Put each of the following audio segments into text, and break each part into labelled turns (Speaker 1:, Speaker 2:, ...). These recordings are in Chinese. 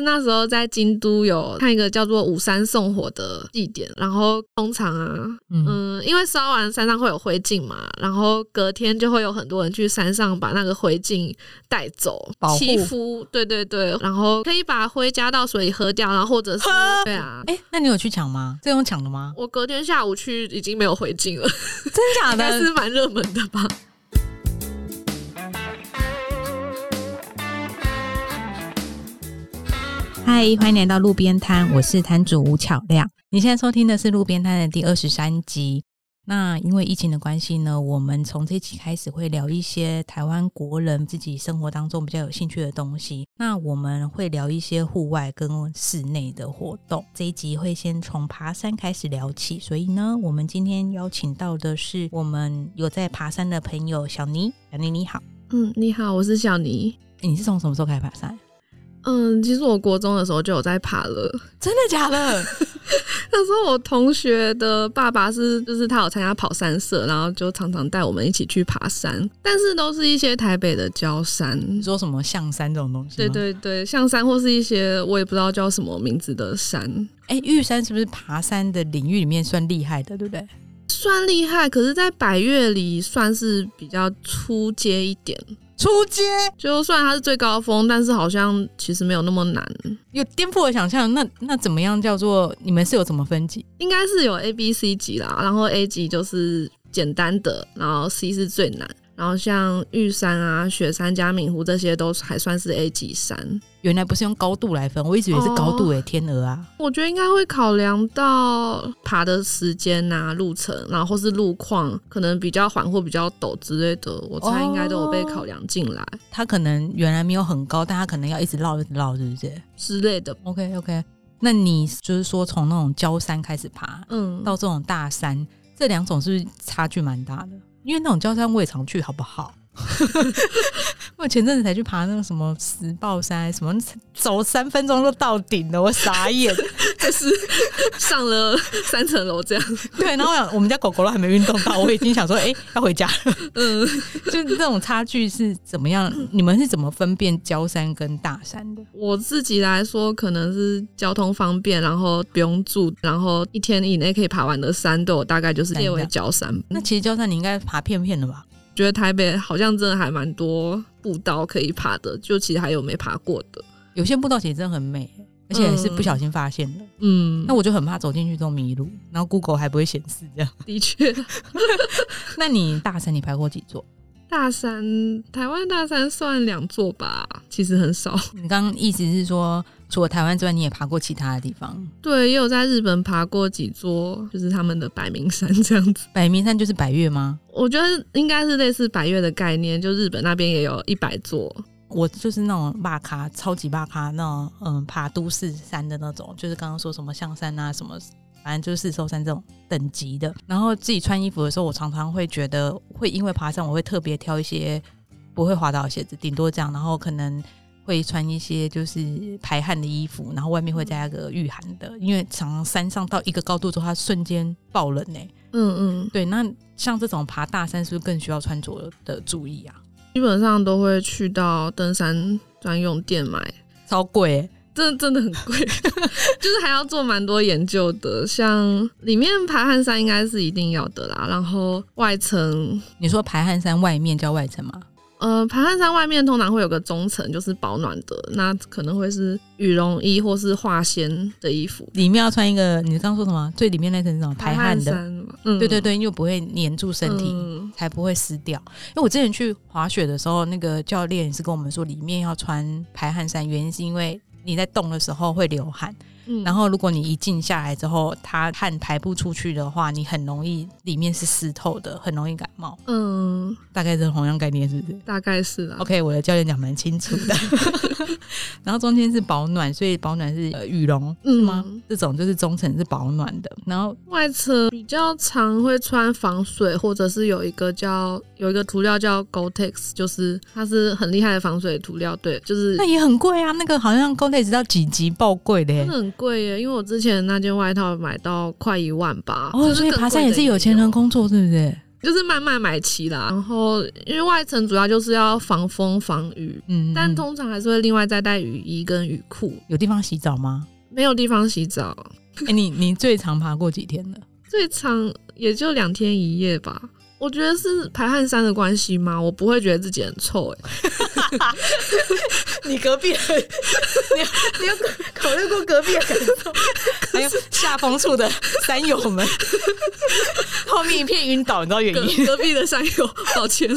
Speaker 1: 那时候在京都有看一个叫做五山送火的地点，然后通常啊，
Speaker 2: 嗯，
Speaker 1: 嗯，因为烧完山上会有灰烬嘛，然后隔天就会有很多人去山上把那个灰烬带走
Speaker 2: 保，护
Speaker 1: 祈福，对对对，然后可以把灰加到水里喝掉，然后或 者是对啊。
Speaker 2: 哎、那你有去抢吗？这用抢的吗？
Speaker 1: 我隔天下午去已经没有灰烬了，
Speaker 2: 真假
Speaker 1: 应该
Speaker 2: 的？
Speaker 1: 是蛮热门的吧？
Speaker 2: 嗨，欢迎来到路边摊，我是摊主吴巧亮。你现在收听的是路边摊的第二十三集。那因为疫情的关系呢，我们从这期开始会聊一些台湾国人自己生活当中比较有兴趣的东西。那我们会聊一些户外跟室内的活动。这一集会先从爬山开始聊起，所以呢，我们今天邀请到的是我们有在爬山的朋友小妮。小妮你好，
Speaker 1: 嗯，你好，我是小尼。
Speaker 2: 诶你是从什么时候开始爬山？
Speaker 1: 嗯，其实我国中的时候就有在爬了。
Speaker 2: 真的假的？
Speaker 1: 那时候我同学的爸爸是，就是他有参加跑山社，然后就常常带我们一起去爬山，但是都是一些台北的郊山。
Speaker 2: 你说什么象山这种东西？
Speaker 1: 对。对对，象山或是一些我也不知道叫什么名字的山，
Speaker 2: 哎，玉山是不是爬山的领域里面算厉害的，对不对？
Speaker 1: 算厉害，可是，在百越里算是比较出阶一点。
Speaker 2: 出街
Speaker 1: 就虽然它是最高峰，但是好像其实没有那么难，
Speaker 2: 有颠覆我想象，那那怎么样叫做你们是有怎么分级？
Speaker 1: 应该是有 A、B、C 级啦，然后 A 级就是简单的，然后 C 是最难，然后像玉山啊、雪山、嘉明湖这些都还算是 A 级山。
Speaker 2: 原来不是用高度来分，我一直以为是高度诶、天鹅啊，
Speaker 1: 我觉得应该会考量到爬的时间啊、路程，然后或是路况，可能比较缓或比较陡之类的，我猜应该都有被考量进来
Speaker 2: 它可能原来没有很高，但它可能要一直绕一直绕，对不对
Speaker 1: 之类的。
Speaker 2: ？OK OK，那你就是说从那种焦山开始爬
Speaker 1: 嗯，
Speaker 2: 到这种大山，这两种是不是差距蛮大的？因为那种焦山我也常去，好不好？ 我前阵子才去爬那个什么石豹山，什么走三分钟就到顶了，我傻眼。
Speaker 1: 就是上了三层楼这样。
Speaker 2: 对，然后我想我们家狗狗都还没运动到，我已经想说，哎、要回家了。
Speaker 1: 嗯，
Speaker 2: 就是这种差距是怎么样？你们是怎么分辨焦山跟大山的？
Speaker 1: 我自己来说，可能是交通方便，然后不用住，然后一天以内可以爬完的山，对我大概就是列为郊山。
Speaker 2: 那其实焦山你应该爬片片的吧？
Speaker 1: 觉得台北好像真的还蛮多步道可以爬的，就其实还有没爬过的。
Speaker 2: 有些步道其实真的很美，而且是不小心发现的。
Speaker 1: 嗯，
Speaker 2: 那我就很怕走进去之后迷路，然后 Google 还不会显示这样。
Speaker 1: 的确，
Speaker 2: 那你大山你爬过几座？
Speaker 1: 大山，台湾大山算两座吧，其实很少。
Speaker 2: 你刚刚意思是说，除了台湾之外，你也爬过其他的地方？
Speaker 1: 对，也有在日本爬过几座，就是他们的百名山这样子。
Speaker 2: 百名山就是百越吗？
Speaker 1: 我觉得应该是类似百越的概念，就日本那边也有一百座。
Speaker 2: 我就是那种霸咖，超级霸咖那种，嗯，爬都市山的那种，就是刚刚说什么象山啊，什么，反正就是四兽山这种等级的。然后自己穿衣服的时候，我常常会觉得，会因为爬山，我会特别挑一些不会滑倒的鞋子，顶多这样，然后可能。会穿一些就是排汗的衣服，然后外面会加一个御寒的，因为常常山上到一个高度之后，它瞬间爆冷呢、
Speaker 1: 嗯嗯，
Speaker 2: 对，那像这种爬大山，是不是更需要穿着的注意啊？
Speaker 1: 基本上都会去到登山专用店买，
Speaker 2: 超贵、欸，
Speaker 1: 真的真的很贵， 就是还要做蛮多研究的。像里面爬汗衫应该是一定要的啦，然后外层
Speaker 2: 你说排汗山外面叫外层吗？
Speaker 1: 呃，排汗衫外面通常会有个中层，就是保暖的，那可能会是羽绒衣或是化纤的衣服。
Speaker 2: 里面要穿一个，你刚刚说什么？最里面那层是什么？排汗的。
Speaker 1: 衫嘛，嗯，
Speaker 2: 对对对，又不会粘住身体，
Speaker 1: 嗯
Speaker 2: 才不会湿掉。因为我之前去滑雪的时候，那个教练也是跟我们说，里面要穿排汗衫，原因是因为你在动的时候会流汗，
Speaker 1: 嗯
Speaker 2: 然后如果你一静下来之后，它汗排不出去的话，你很容易里面是湿透的，很容易感冒。
Speaker 1: 嗯，
Speaker 2: 大概是同样概念，是不是？
Speaker 1: 大概是啦。
Speaker 2: OK，我的教练讲蛮清楚 的，然后中间是保暖，所以保暖是呃羽绒，
Speaker 1: 嗯
Speaker 2: 是吗？这种就是中层是保暖的，然后
Speaker 1: 外层比较常会穿防水，或者是有一个叫有一个涂料叫 Gore-Tex，就是它是很厉害的防水涂料，对，就是
Speaker 2: 那也很贵啊，那个好像 g o d a y 到几级爆贵的耶
Speaker 1: 真的很贵耶。因为我之前那件外套买到快一万吧，
Speaker 2: 哦，
Speaker 1: 就是
Speaker 2: 所以
Speaker 1: 更贵
Speaker 2: 爬山也
Speaker 1: 的
Speaker 2: 是有钱人工作，对不对？
Speaker 1: 就是慢慢买齐啦。然后因为外层主要就是要防风防雨，
Speaker 2: 嗯，
Speaker 1: 但
Speaker 2: 嗯
Speaker 1: 通常还是会另外再带雨衣跟雨裤。
Speaker 2: 有地方洗澡 吗？
Speaker 1: 没有地方洗澡，
Speaker 2: 哎、你你最长爬过几天了？
Speaker 1: 最长也就两天一夜吧。我觉得是排汗衫的关系吗？我不会觉得自己很臭、欸，
Speaker 2: 你隔壁人， 你有你有考虑过隔壁的感受，还有下风处的山友 们，后面一片晕倒，你知道原因？
Speaker 1: 隔隔壁的山友，抱歉。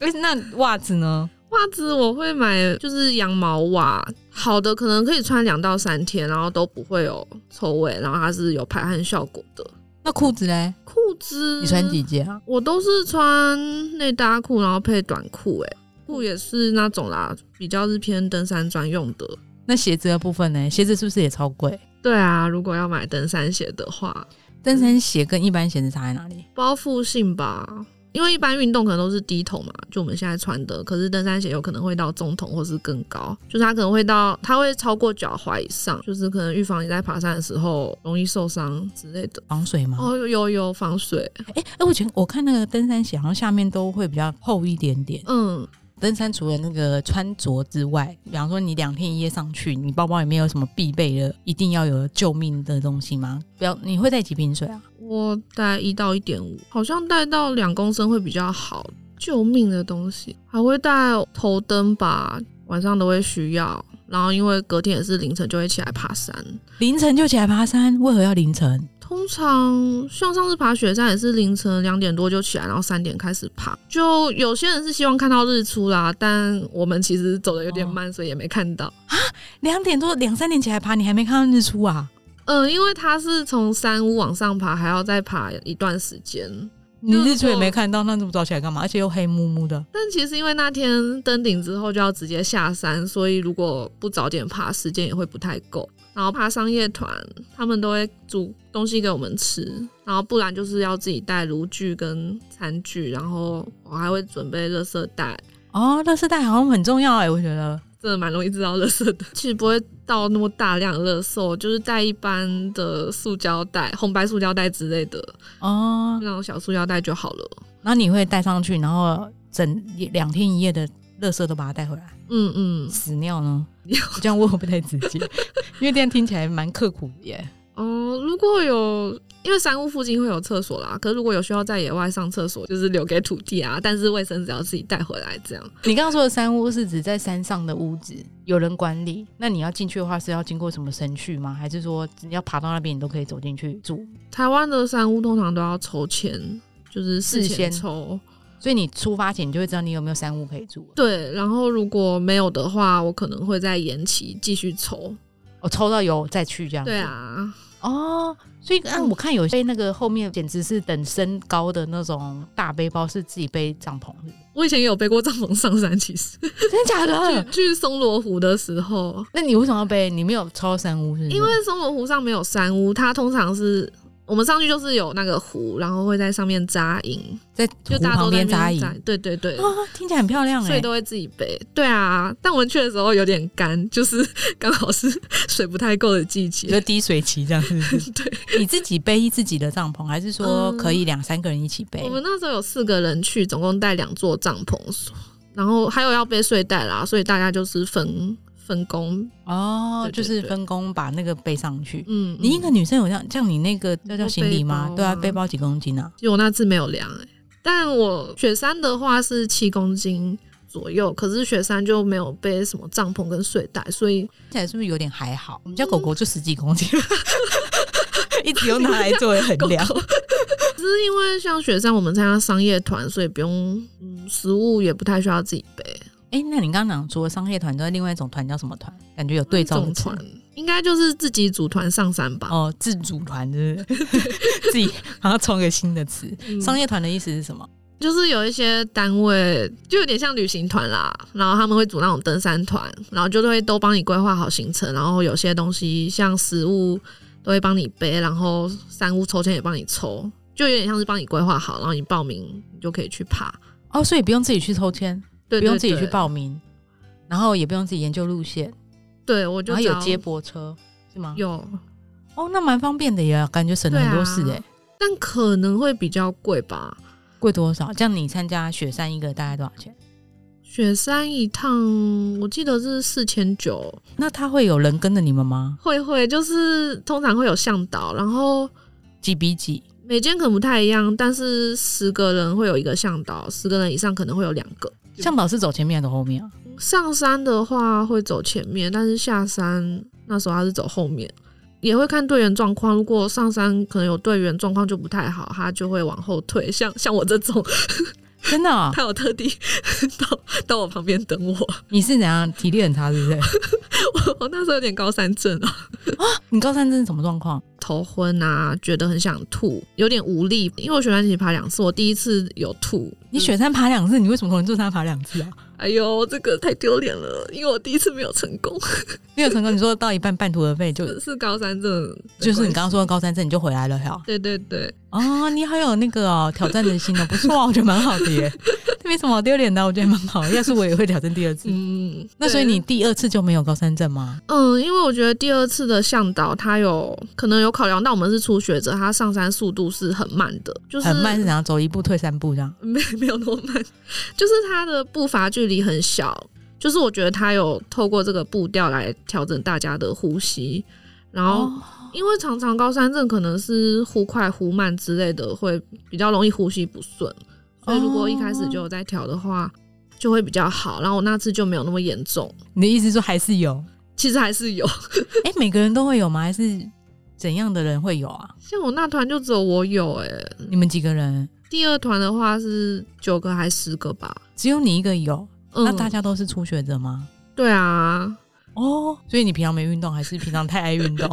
Speaker 2: 哎那袜子呢？
Speaker 1: 袜子我会买就是羊毛袜，好的可能可以穿两到三天，然后都不会有臭味，然后它是有排汗效果的。
Speaker 2: 那裤子嘞？
Speaker 1: 裤子
Speaker 2: 你穿几？件啊？
Speaker 1: 我都是穿内搭裤，然后配短裤、欸，裤也是那种啦，比较是偏登山专用的。
Speaker 2: 那鞋子的部分呢？鞋子是不是也超贵？
Speaker 1: 对啊，如果要买登山鞋的话，
Speaker 2: 登山鞋跟一般鞋子差在哪里？
Speaker 1: 包覆性吧，因为一般运动可能都是低筒嘛，就我们现在穿的，可是登山鞋有可能会到中筒或是更高，就是它可能会到，它会超过脚踝以上，就是可能预防你在爬山的时候容易受伤之类的。
Speaker 2: 防水吗？
Speaker 1: 哦，有有防水，
Speaker 2: 哎、哎、我觉得我看那个登山鞋好像下面都会比较厚一点点。
Speaker 1: 嗯，
Speaker 2: 登山除了那个穿着之外，比方说你两天一夜上去，你包包里面有什么必备的、一定要有的救命的东西吗？不要，你会带几瓶水啊？
Speaker 1: 我带一到一点五，好像带到两公升会比较好。救命的东西，还会带头灯吧，晚上都会需要。然后因为隔天也是凌晨就会起来爬山，
Speaker 2: 凌晨就起来爬山，为何要凌晨？
Speaker 1: 通常像上次爬雪山也是凌晨两点多就起来，然后三点开始爬。就有些人是希望看到日出啦，但我们其实走的有点慢，所以也没看到。
Speaker 2: 两点多、两三点起来爬，你还没看到日出啊？
Speaker 1: 嗯，因为它是从山屋往上爬，还要再爬一段时间。
Speaker 2: 你日出也没看到，那这么早起来干嘛？而且又黑乎乎的。
Speaker 1: 但其实因为那天登顶之后就要直接下山，所以如果不早点爬，时间也会不太够。然后爬商业团，他们都会煮东西给我们吃，然后不然就是要自己带炉具跟餐具，然后我还会准备垃圾袋，
Speaker 2: 哦，垃圾袋好像很重要哎、我觉得。
Speaker 1: 真的蛮容易知道垃圾的。 其实不会到那么大量的垃圾，我就是带一般的塑胶袋、红白塑胶袋之类的
Speaker 2: 哦，
Speaker 1: 那种小塑胶袋就好了。
Speaker 2: 然后你会带上去，然后整两天一夜的垃圾都把它带回来。
Speaker 1: 嗯嗯，
Speaker 2: 屎尿呢？我 这样问会不太直接， 因为这样听起来蛮刻苦的耶。
Speaker 1: 哦，如果有，因为山屋附近会有厕所啦，可是如果有需要在野外上厕所，就是留给土地啊，但是卫生纸要自己带回来这样。
Speaker 2: 你刚刚说的山屋是指在山上的屋子，有人管理。那你要进去的话，是要经过什么程序吗？还是说只要爬到那边，你都可以走进去住？
Speaker 1: 台湾的山屋通常都要抽签，就是事
Speaker 2: 事先
Speaker 1: 前抽。
Speaker 2: 所以你出发前你就会知道你有没有山屋可以住。
Speaker 1: 对，然后如果没有的话，我可能会再延期继续抽。
Speaker 2: 我、哦、抽到有再去这样。
Speaker 1: 对。啊，
Speaker 2: 哦，所以啊，我看有些那个后面简直是等身高的那种大背包，是自己背帐篷的，
Speaker 1: 我以前也有背过帐篷上山，其实
Speaker 2: 真的假的？
Speaker 1: 去去松罗湖的时候，
Speaker 2: 那你为什么要背？你没有抽到山屋是不是？
Speaker 1: 因为松罗湖上没有山屋，它通常是我们上去就是有那个湖，然后会在上面扎营，
Speaker 2: 在
Speaker 1: 就
Speaker 2: 湖
Speaker 1: 大家
Speaker 2: 旁
Speaker 1: 都在
Speaker 2: 边
Speaker 1: 那
Speaker 2: 扎
Speaker 1: 边
Speaker 2: 营。
Speaker 1: 扎，对对对。
Speaker 2: 哦，听起来很漂亮
Speaker 1: 所
Speaker 2: 哎、
Speaker 1: 以都会自己背。对啊，但我们去的时候有点干，就是 刚好是水不太够的季
Speaker 2: 你
Speaker 1: 节。
Speaker 2: 就滴水期这样是不 是？对，你自己背自己的帐篷，还是说
Speaker 1: 嗯
Speaker 2: 可以两三个人一起背
Speaker 1: 我？们那时候有四个人去，总共带两座帐篷，然后还有要背睡袋啦，所以大家就是分分工。
Speaker 2: 哦，
Speaker 1: 对对
Speaker 2: 就是
Speaker 1: 对
Speaker 2: 分工把那个背上去。
Speaker 1: 嗯，
Speaker 2: 你一
Speaker 1: 嗯
Speaker 2: 个女生有这样，像你那个那叫
Speaker 1: 我
Speaker 2: 行李
Speaker 1: 背
Speaker 2: 吗？
Speaker 1: 包啊
Speaker 2: 对啊，背包几公斤啊？
Speaker 1: 其实我那次没有量、欸，但我雪山的话是七公斤。左右，可是雪山就没有背什么帐篷跟睡袋，所以
Speaker 2: 听起来是不是有点还好？我们家狗
Speaker 1: 嗯
Speaker 2: 狗就十几 公斤，一直用它来作为衡
Speaker 1: 狗
Speaker 2: 量。
Speaker 1: 狗。 只是因为像雪山，我们参加商业团，所以不用，嗯，食物也不太需要自己背。
Speaker 2: 哎、那你刚刚讲除了商业团之外，另外一种团叫什么团？感觉有对照
Speaker 1: 种
Speaker 2: 词
Speaker 1: 团，应该就是自己组团上山吧。
Speaker 2: 哦，自主团是 不是自己好像创个新的词。
Speaker 1: 嗯
Speaker 2: 商业团的意思是什么？
Speaker 1: 就是有一些单位就有点像旅行团啦，然后他们会组那种登山团，然后就会都帮你规划好行程，然后有些东西像食物都会帮你背，然后山屋抽签也帮你抽，就有点像是帮你规划好，然后你报名你就可以去爬，
Speaker 2: 哦，所以不用自己去抽签，
Speaker 1: 对
Speaker 2: 不用自己去
Speaker 1: 对
Speaker 2: 报名，然后也不用自己研究路线，
Speaker 1: 对我就
Speaker 2: 然后有
Speaker 1: 找
Speaker 2: 接驳车是吗？
Speaker 1: 有，
Speaker 2: 哦，那蛮方便的耶，感觉省了很多事哎、
Speaker 1: 对但可能会比较贵吧。
Speaker 2: 贵多少？这样你参加雪山一个大概多少钱？
Speaker 1: 雪山一趟，我记得是四千九，
Speaker 2: 那他会有人跟着你们吗？
Speaker 1: 会会就是通常会有向导，然后
Speaker 2: 几比几？
Speaker 1: 每间可能不太一样，但是十个人会有一个向导，十个人以上可能会有两个。
Speaker 2: 向导是走前面还是走后面啊？
Speaker 1: 上山的话会走前面，但是下山那时候他是走后面，也会看队员状况。如果上山可能有队员状况就不太好，他就会往后退。像像我这种，
Speaker 2: 真的啊、
Speaker 1: 他有特地 到到我旁边等我。
Speaker 2: 你是怎样体力很差，是不是？
Speaker 1: 我我那时候有点高山症啊，
Speaker 2: 你高山症是什么状况？
Speaker 1: 头昏啊，觉得很想吐，有点无力。因为我雪山其实爬两次，我第一次有吐。
Speaker 2: 你雪山爬两次，你为什么可能坐山爬两次啊？
Speaker 1: 哎呦，这个太丢脸了，因为我第一次没有成 功，
Speaker 2: 没有成功，你说到一半半途而废，就是
Speaker 1: 高山症的关系。
Speaker 2: 就是你刚刚说的高山症，你就回来了哈。
Speaker 1: 对对对，
Speaker 2: 哦，你好有那个哦挑战的心哦，不错啊，我觉得蛮好的 耶，这没什么好丢脸的，我觉得蛮好。要是我也会挑战第二次，
Speaker 1: 嗯，
Speaker 2: 那所以你第二次就没有高山症吗？
Speaker 1: 嗯，因为我觉得第二次的向导他有可能有考量到我们是初学者，他上山速度是很慢的，就是
Speaker 2: 很呃慢，是怎样走一步退三步这样？
Speaker 1: 没 没有那么慢，就是他的步伐距离很小，就是我觉得他有透过这个步调来调整大家的呼吸，然后。
Speaker 2: 哦，
Speaker 1: 因为常常高山症可能是忽快忽慢之类的，会比较容易呼吸不顺，所以如果一开始就有在调的话，
Speaker 2: 哦
Speaker 1: 就会比较好。然后我那次就没有那么严重，
Speaker 2: 你的意思是说还是有？
Speaker 1: 其实还是有。
Speaker 2: 哎、每个人都会有吗？还是怎样的人会有啊？
Speaker 1: 像我那团就只有我有、欸，
Speaker 2: 你们几个人
Speaker 1: 第二团的话是九个还十个吧？
Speaker 2: 只有你一个有，
Speaker 1: 嗯，
Speaker 2: 那大家都是初学者吗？
Speaker 1: 对啊，
Speaker 2: 哦，所以你平常没运动，还是平常太爱运动？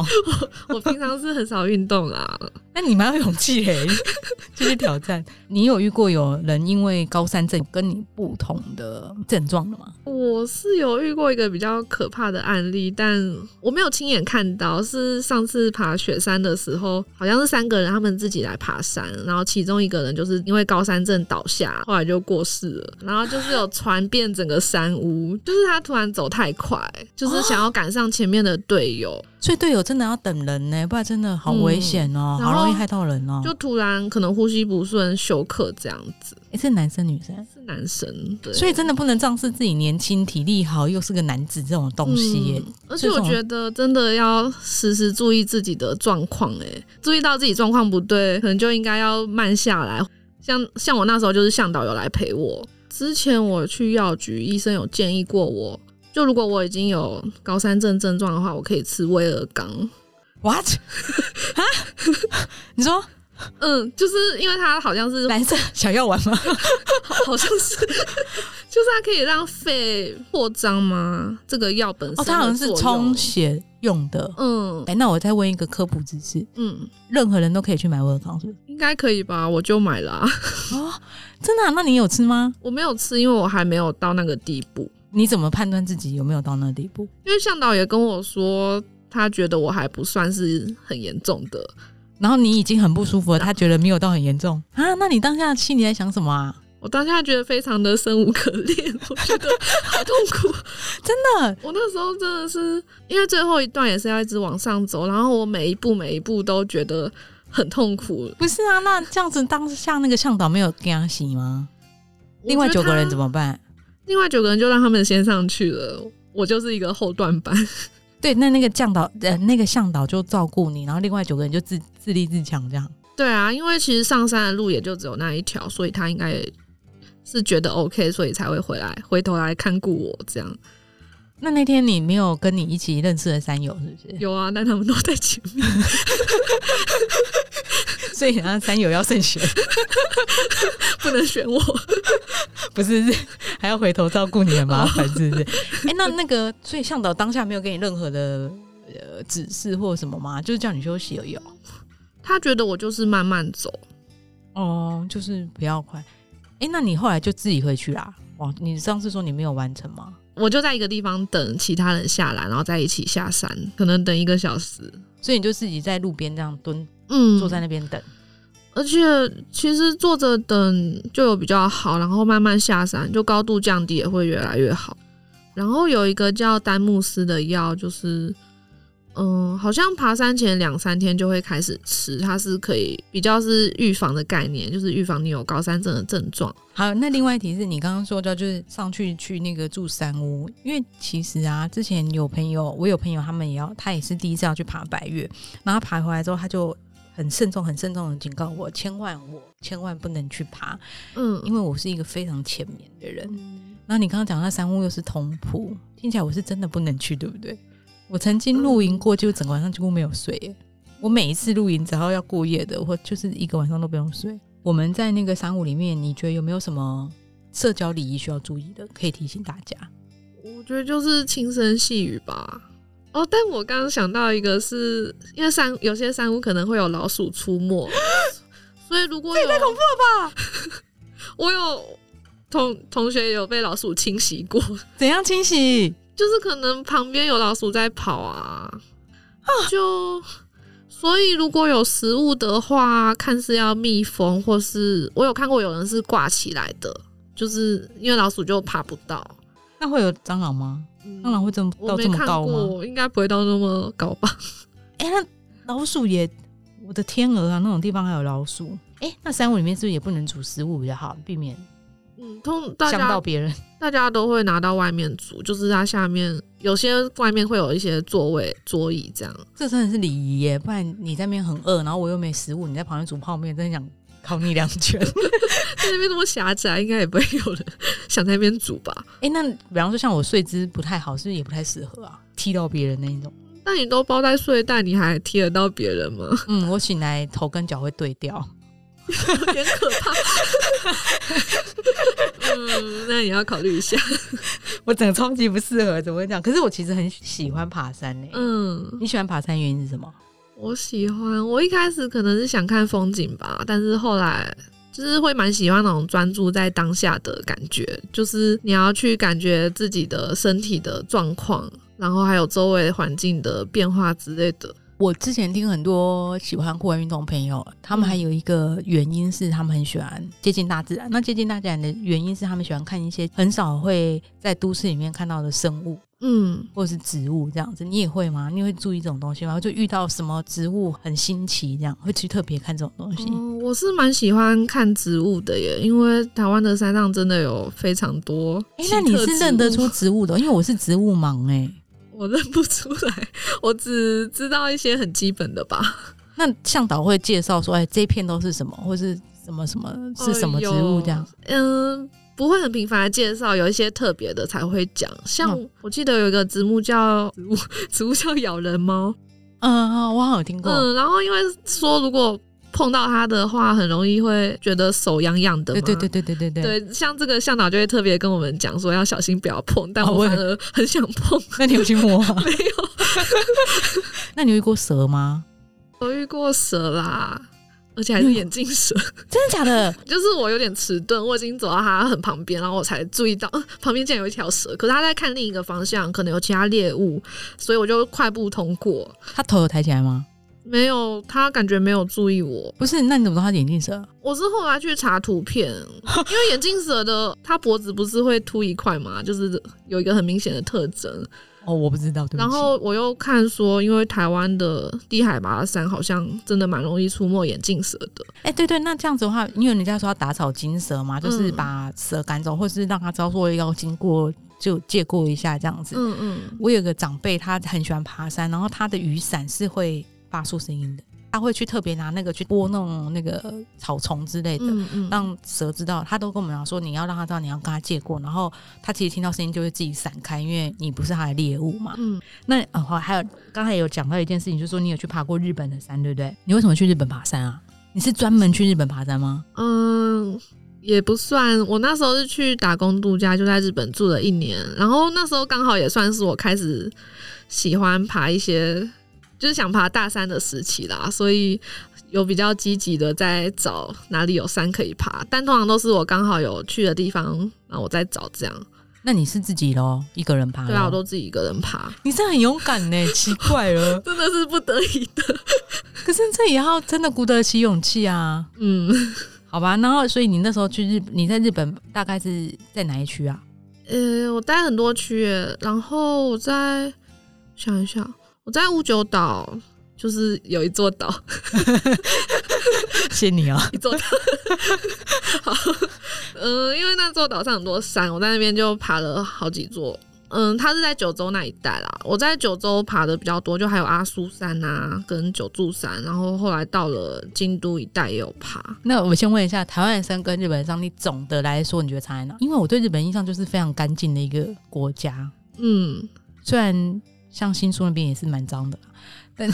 Speaker 1: 我平常是很少运动啦，
Speaker 2: 那你蛮有勇气 耶，这些挑战。你有遇过有人因为高山症跟你不同的症状的吗？
Speaker 1: 我是有遇过一个比较可怕的案例，但我没有亲眼看到，是上次爬雪山的时候，好像是三个人他们自己来爬山，然后其中一个人就是因为高山症倒下，后来就过世了，然后就是有传遍整个山屋，就是他突然走太快，就是想要赶上前面的队友，
Speaker 2: 所以队友真的要等人呢，不然真的好危险
Speaker 1: 嗯
Speaker 2: 哦，好
Speaker 1: 然后
Speaker 2: 容易害到人哦。
Speaker 1: 就突然可能呼吸不顺休克这样子，
Speaker 2: 诶是男生女生，
Speaker 1: 是男生，对，
Speaker 2: 所以真的不能仗势自己年轻、体力好，又是个男子这种东西耶。
Speaker 1: 嗯而且我
Speaker 2: 这种
Speaker 1: 觉得真的要时时注意自己的状况，哎，注意到自己状况不对，可能就应该要慢下来。像像我那时候就是向导有来陪我，之前我去药局，医生有建议过我，就如果我已经有高山症症状的话，我可以吃威尔刚。
Speaker 2: What 啊？你说
Speaker 1: 嗯，就是因为它好像 是
Speaker 2: 蓝色小药丸 吗？
Speaker 1: 好像是， 就是它可以让肺扩张吗？这个药本身
Speaker 2: 哦，它好像是
Speaker 1: 的作用
Speaker 2: 充，血用的。
Speaker 1: 嗯
Speaker 2: 哎、那我再问一个科普知识：
Speaker 1: 嗯，
Speaker 2: 任何人都可以去买威尔康是不是？
Speaker 1: 应该可以吧？我就买啊啦。
Speaker 2: 哦，真的啊、那你有吃吗？
Speaker 1: 我没有吃，因为我还没有到那个地步。
Speaker 2: 你怎么判断自己有没有到那个地步？
Speaker 1: 因为向导也跟我说，他觉得我还不算是很严重的。
Speaker 2: 然后你已经很不舒服了，他觉得没有到很严重啊？那你当下心里在想什么啊？
Speaker 1: 我当下觉得非常的生无可恋， 我觉得好痛苦。
Speaker 2: 真的，
Speaker 1: 我那时候真的是，因为最后一段也是要一直往上走，然后我每一步每一步都觉得很痛苦。
Speaker 2: 不是啊？那这样子当下那个向导没有给他洗吗？另外九个人怎
Speaker 1: 么？
Speaker 2: 么办？
Speaker 1: 另外九个人就让他们先上去了，我就是一个后段班。
Speaker 2: 对，那那个向导，呃，那个向导就照顾你，然后另外九个人就自自立自强这样。
Speaker 1: 对啊，因为其实上山的路也就只有那一条，所以他应该也是觉得 OK，所以才会回来回头来看顾我这样。
Speaker 2: 那那天你没有跟你一起认识的山友是不是？
Speaker 1: 有啊，但他们都在前面。
Speaker 2: 所以啊，山友要慎选，
Speaker 1: 不能选我。
Speaker 2: 不是是还要回头照顾你，很麻烦，是不是？哦 哎、那那个，所以向导当下没有给你任何的呃指示或什么吗？就是叫你休息而已哦。
Speaker 1: 他觉得我就是慢慢走，
Speaker 2: 哦，就是不要快。哎、那你后来就自己回去啦？哇，你上次说你没有完成吗？
Speaker 1: 我就在一个地方等其他人下来，然后再一起下山，可能等一个小时。
Speaker 2: 所以你就自己在路边这样蹲，
Speaker 1: 嗯，
Speaker 2: 坐在那边等。
Speaker 1: 而且其实坐着等就有比较好，然后慢慢下山，就高度降低也会越来越好。然后有一个叫丹木斯的药，就是嗯，好像爬山前两三天就会开始吃，它是可以比较是预防的概念，就是预防你有高山症的症状。
Speaker 2: 好，那另外一题是你刚刚说到，就是上去去那个住山屋，因为其实啊，之前有朋友，我有朋友他们也要，他也是第一次要去爬百越，然后爬回来之后，他就很慎重、很慎重的警告我，千万我千万不能去爬，
Speaker 1: 嗯，
Speaker 2: 因为我是一个非常浅眠的人。然后你刚刚讲到山屋又是通铺，听起来我是真的不能去，对不对？我曾经露营过，就整个晚上几乎没有睡耶。我每一次露营，只要要过夜的，我就是一个晚上都不用睡。我们在那个山屋里面，你觉得有没有什么社交礼仪需要注意的？可以提醒大家。
Speaker 1: 我觉得就是轻声细语吧。哦，但我刚刚想到一个是，因为山有些山屋可能会有老鼠出没，所以如果有太恐怖了吧！我有同同学有被老鼠侵袭过，
Speaker 2: 怎样清洗？
Speaker 1: 就是可能旁边有老鼠在跑啊，就所以如果有食物的话，看是要密封，或是我有看过有人是挂起来的，就是因为老鼠就爬不到。
Speaker 2: 那会有蟑螂吗？
Speaker 1: 嗯
Speaker 2: 蟑螂会这么
Speaker 1: 我
Speaker 2: 到
Speaker 1: 没
Speaker 2: 这么
Speaker 1: 看
Speaker 2: 高吗？
Speaker 1: 过，应该不会到那么高吧？
Speaker 2: 哎、那老鼠也，我的天鹅啊，那种地方还有老鼠。哎、那山屋里面是不是也不能煮食物比较好，避免
Speaker 1: 嗯， 通大
Speaker 2: 伤
Speaker 1: 家
Speaker 2: 到别人？
Speaker 1: 大家都会拿到外面煮，就是它下面有些外面会有一些座位桌椅这样。
Speaker 2: 这真的是礼仪耶，不然你在那边很饿，然后我又没食物，你在旁边煮泡面，真的想烤你两 拳。
Speaker 1: 在那边那么狭窄，应该也不会有人想在那边煮 吧？
Speaker 2: 哎、那比方说像我睡姿不太好，是不是也不太适合啊？踢到别人那一种。
Speaker 1: 那你都包在睡袋，你还踢得到别人吗？
Speaker 2: 嗯，我醒来头跟脚会对调。
Speaker 1: 有点可怕。 嗯，那你要考虑一下。
Speaker 2: 我整个超级不适合，怎么会这样？可是我其实很喜欢爬山呢、
Speaker 1: 嗯，
Speaker 2: 你喜欢爬山原因是什么？
Speaker 1: 我喜欢。我一开始可能是想看风景吧，但是后来就是会蛮喜欢那种专注在当下的感觉，就是你要去感觉自己的身体的状况，然后还有周围环境的变化之类的。
Speaker 2: 我之前听很多喜欢户外运动的朋友，他们还有一个原因是他们很喜欢接近大自然。那接近大自然的原因是他们喜欢看一些很少会在都市里面看到的生物
Speaker 1: 嗯，
Speaker 2: 或是植物这样子。你也会吗？你会注意这种东西吗？就遇到什么植物很新奇，这样会去特别看这种东西？
Speaker 1: 哦，我是蛮喜欢看植物的耶，因为台湾的山上真的有非常多
Speaker 2: 哎、
Speaker 1: 奇特
Speaker 2: 那
Speaker 1: 植物。
Speaker 2: 你是认得出植物的？因为我是植物盲哎、
Speaker 1: 我认不出来，我只知道一些很基本的吧。
Speaker 2: 那向导会介绍说，哎、这一片都是什么，或是什么什么是什么植物这样？
Speaker 1: 嗯，不会很频繁的介绍，有一些特别的才会讲。像
Speaker 2: 嗯
Speaker 1: 我记得有一个植物叫植物， 植物叫咬人猫。
Speaker 2: 嗯、嗯我好像有听过。
Speaker 1: 嗯，然后因为说如果碰到它的话，很容易会觉得手痒痒的嘛。
Speaker 2: 对对对对对对对。
Speaker 1: 对，像这个向导就会特别跟我们讲说要小心不要碰，但
Speaker 2: 哦
Speaker 1: 我
Speaker 2: 我也
Speaker 1: 反而很想碰。
Speaker 2: 那你有去摸吗？
Speaker 1: 没有，
Speaker 2: 那你有遇过蛇吗？
Speaker 1: 我遇过蛇啦，而且还是眼镜蛇。
Speaker 2: 真的假的？
Speaker 1: 就是我有点迟钝，我已经走到它很旁边，然后我才注意到，嗯，旁边竟然有一条蛇，可是它在看另一个方向，可能有其他猎物，所以我就快步通过。
Speaker 2: 他头有抬起来吗？
Speaker 1: 没有，它感觉没有注意我。
Speaker 2: 不是，那你怎么知道他眼镜蛇？
Speaker 1: 我是后来啊去查图片，因为眼镜蛇的它脖子不是会凸一块嘛，就是有一个很明显的特征。
Speaker 2: 哦，我不知道，对不起。
Speaker 1: 然后我又看说，因为台湾的低海拔的山好像真的蛮容易出没眼镜蛇的。
Speaker 2: 哎、对对，那这样子的话，因为人家说要打草惊蛇嘛，就是
Speaker 1: 嗯
Speaker 2: 把蛇赶走，或是让它知道说要经过就借过一下这样子。
Speaker 1: 嗯嗯，
Speaker 2: 我有个长辈，他很喜欢爬山，然后他的雨伞是会发出声音的，他会去特别拿那个去拨弄那个草丛之类的。
Speaker 1: 嗯嗯，
Speaker 2: 让蛇知道，他都跟我们讲说，你要让他知道你要跟他借过，然后他其实听到声音就会自己闪开，因为你不是他的猎物嘛。
Speaker 1: 嗯
Speaker 2: 那哦，好还有刚才有讲到一件事情，就是说你有去爬过日本的山，对不对？你为什么去日本爬山啊？你是专门去日本爬山吗？
Speaker 1: 嗯，也不算。我那时候是去打工度假，就在日本住了一年。然后那时候刚好也算是我开始喜欢爬一些，就是想爬大山的时期啦，所以有比较积极的在找哪里有山可以爬。但通常都是我刚好有去的地方，然后我再找这样。
Speaker 2: 那你是自己咯，一个人爬咯？
Speaker 1: 对啊，我都自己一个人爬，
Speaker 2: 你是很勇敢 呢，奇怪了。
Speaker 1: 真的是不得已的。
Speaker 2: 可是这也要真的鼓得起勇气啊，
Speaker 1: 嗯，
Speaker 2: 好吧？然后，所以你那时候去日，你在日本大概是在哪一 区啊？
Speaker 1: 呃，我待很多区耶，然后我在想一下，我在乌九岛，就是有一座岛，
Speaker 2: 谢谢你哦。
Speaker 1: 一座岛。好，嗯，因为那座岛上很多山，我在那边就爬了好几座。嗯，它是在九州那一带啦。我在九州爬的比较多，就还有阿苏山啊，跟九柱山，然后后来到了京都一带也有爬。
Speaker 2: 那我先问一下，台湾山跟日本山，你总的来说你觉得差在哪？因为我对日本印象就是非常干净的一个国家，
Speaker 1: 嗯，
Speaker 2: 虽然像新宿那边也是蛮脏的啦，但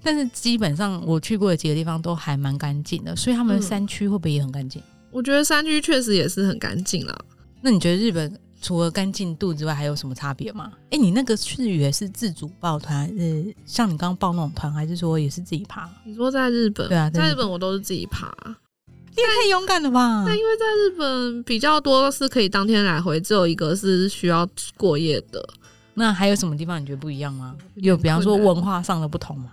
Speaker 2: 但是 基本上我去过的几个地方都还蛮干净的，所以他们
Speaker 1: 嗯
Speaker 2: 的山区会不会也很干净？
Speaker 1: 我觉得山区确实也是很干净啦。
Speaker 2: 那你觉得日本除了干净度之外，还有什么差别吗？哎、你那个是也是自主报团，还是像你刚刚报那种团，还是说也是自己爬？
Speaker 1: 你说在日本，
Speaker 2: 对啊在
Speaker 1: 在
Speaker 2: 日
Speaker 1: 日本我都是自己爬，
Speaker 2: 你也太勇敢了吧！
Speaker 1: 但因为在日本比较多是可以当天来回，只有一个是需要过夜的。
Speaker 2: 那还有什么地方你觉得不啊一样吗？
Speaker 1: 有点
Speaker 2: 有比方说
Speaker 1: 困难
Speaker 2: 文化上的不同吗？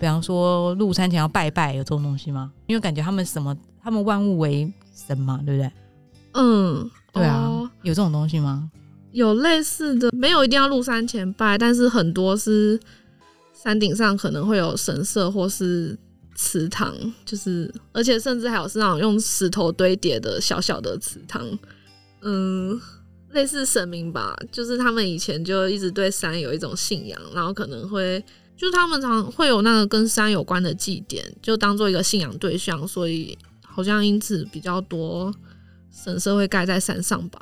Speaker 2: 比方说入山前要拜拜，有这种东西吗？因为感觉他们什么，他们万物为神嘛，对不对？
Speaker 1: 嗯，
Speaker 2: 对啊，
Speaker 1: 哦
Speaker 2: 有这种东西吗？
Speaker 1: 有类似的，没有一定要入山前拜，但是很多是山顶上可能会有神社或是祠堂，就是而且甚至还有是那种用石头堆叠的小小的祠堂，嗯，类似神明吧，就是他们以前就一直对山有一种信仰，然后可能会。就是他们常会有那个跟山有关的祭典，就当做一个信仰对象，所以好像因此比较多神社会盖在山上吧。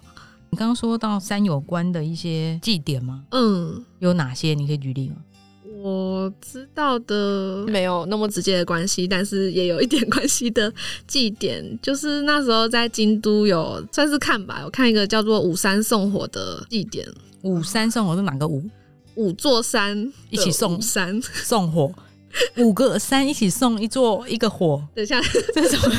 Speaker 2: 你刚刚说到山有关的一些祭典吗？
Speaker 1: 嗯，
Speaker 2: 有哪些？你可以举例吗？
Speaker 1: 我知道的没有那么直接的关系，但是也有一点 关系的祭典，就是那时候在京都有算是看吧，我看一个叫做五山送火的祭典，
Speaker 2: 五山送火是哪个五？
Speaker 1: 五座山
Speaker 2: 一起送
Speaker 1: 五山，
Speaker 2: 送火，五个山一起送一座一个火，
Speaker 1: 等一下，
Speaker 2: 这是什么？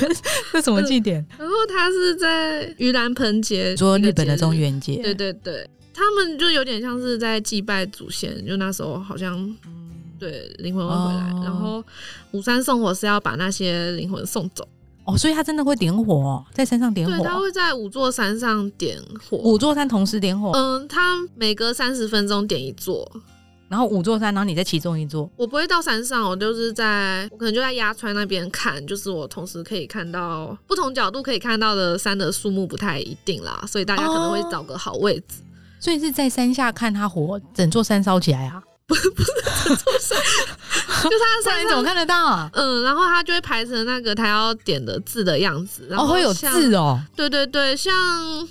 Speaker 2: 这是什么祭典？
Speaker 1: 然后它是在盂兰盆节，
Speaker 2: 说日本的中
Speaker 1: 原，
Speaker 2: 元节，
Speaker 1: 对对对，他们就有点像是在祭拜祖先，就那时候好像
Speaker 2: 嗯
Speaker 1: 对灵魂会回来，
Speaker 2: 哦
Speaker 1: 然后五山送火是要把那些灵魂送走。
Speaker 2: 哦，所以他真的会点火哦，在山上点
Speaker 1: 对，他
Speaker 2: 火，
Speaker 1: 会在五座山上点火。
Speaker 2: 五座山同时点火，
Speaker 1: 嗯，他每隔三十分钟点一座。
Speaker 2: 然后五座山，然后你在其中一座，
Speaker 1: 我不会到山上，我就是在，我可能就在鸭川那边看，就是我同时可以看到不同角度可以看到的山的数目不太一定啦，所以大家可能会
Speaker 2: 哦
Speaker 1: 找个好位置。
Speaker 2: 所以是在山下看他火，整座山烧起来啊，
Speaker 1: 就他
Speaker 2: 不 然
Speaker 1: 山
Speaker 2: 你怎
Speaker 1: 上，
Speaker 2: 么看得到啊？
Speaker 1: 嗯，然后他就会排成那个他要点的字的样子，然
Speaker 2: 哦，
Speaker 1: 后
Speaker 2: 会有
Speaker 1: 像，
Speaker 2: 字哦，
Speaker 1: 对对对，像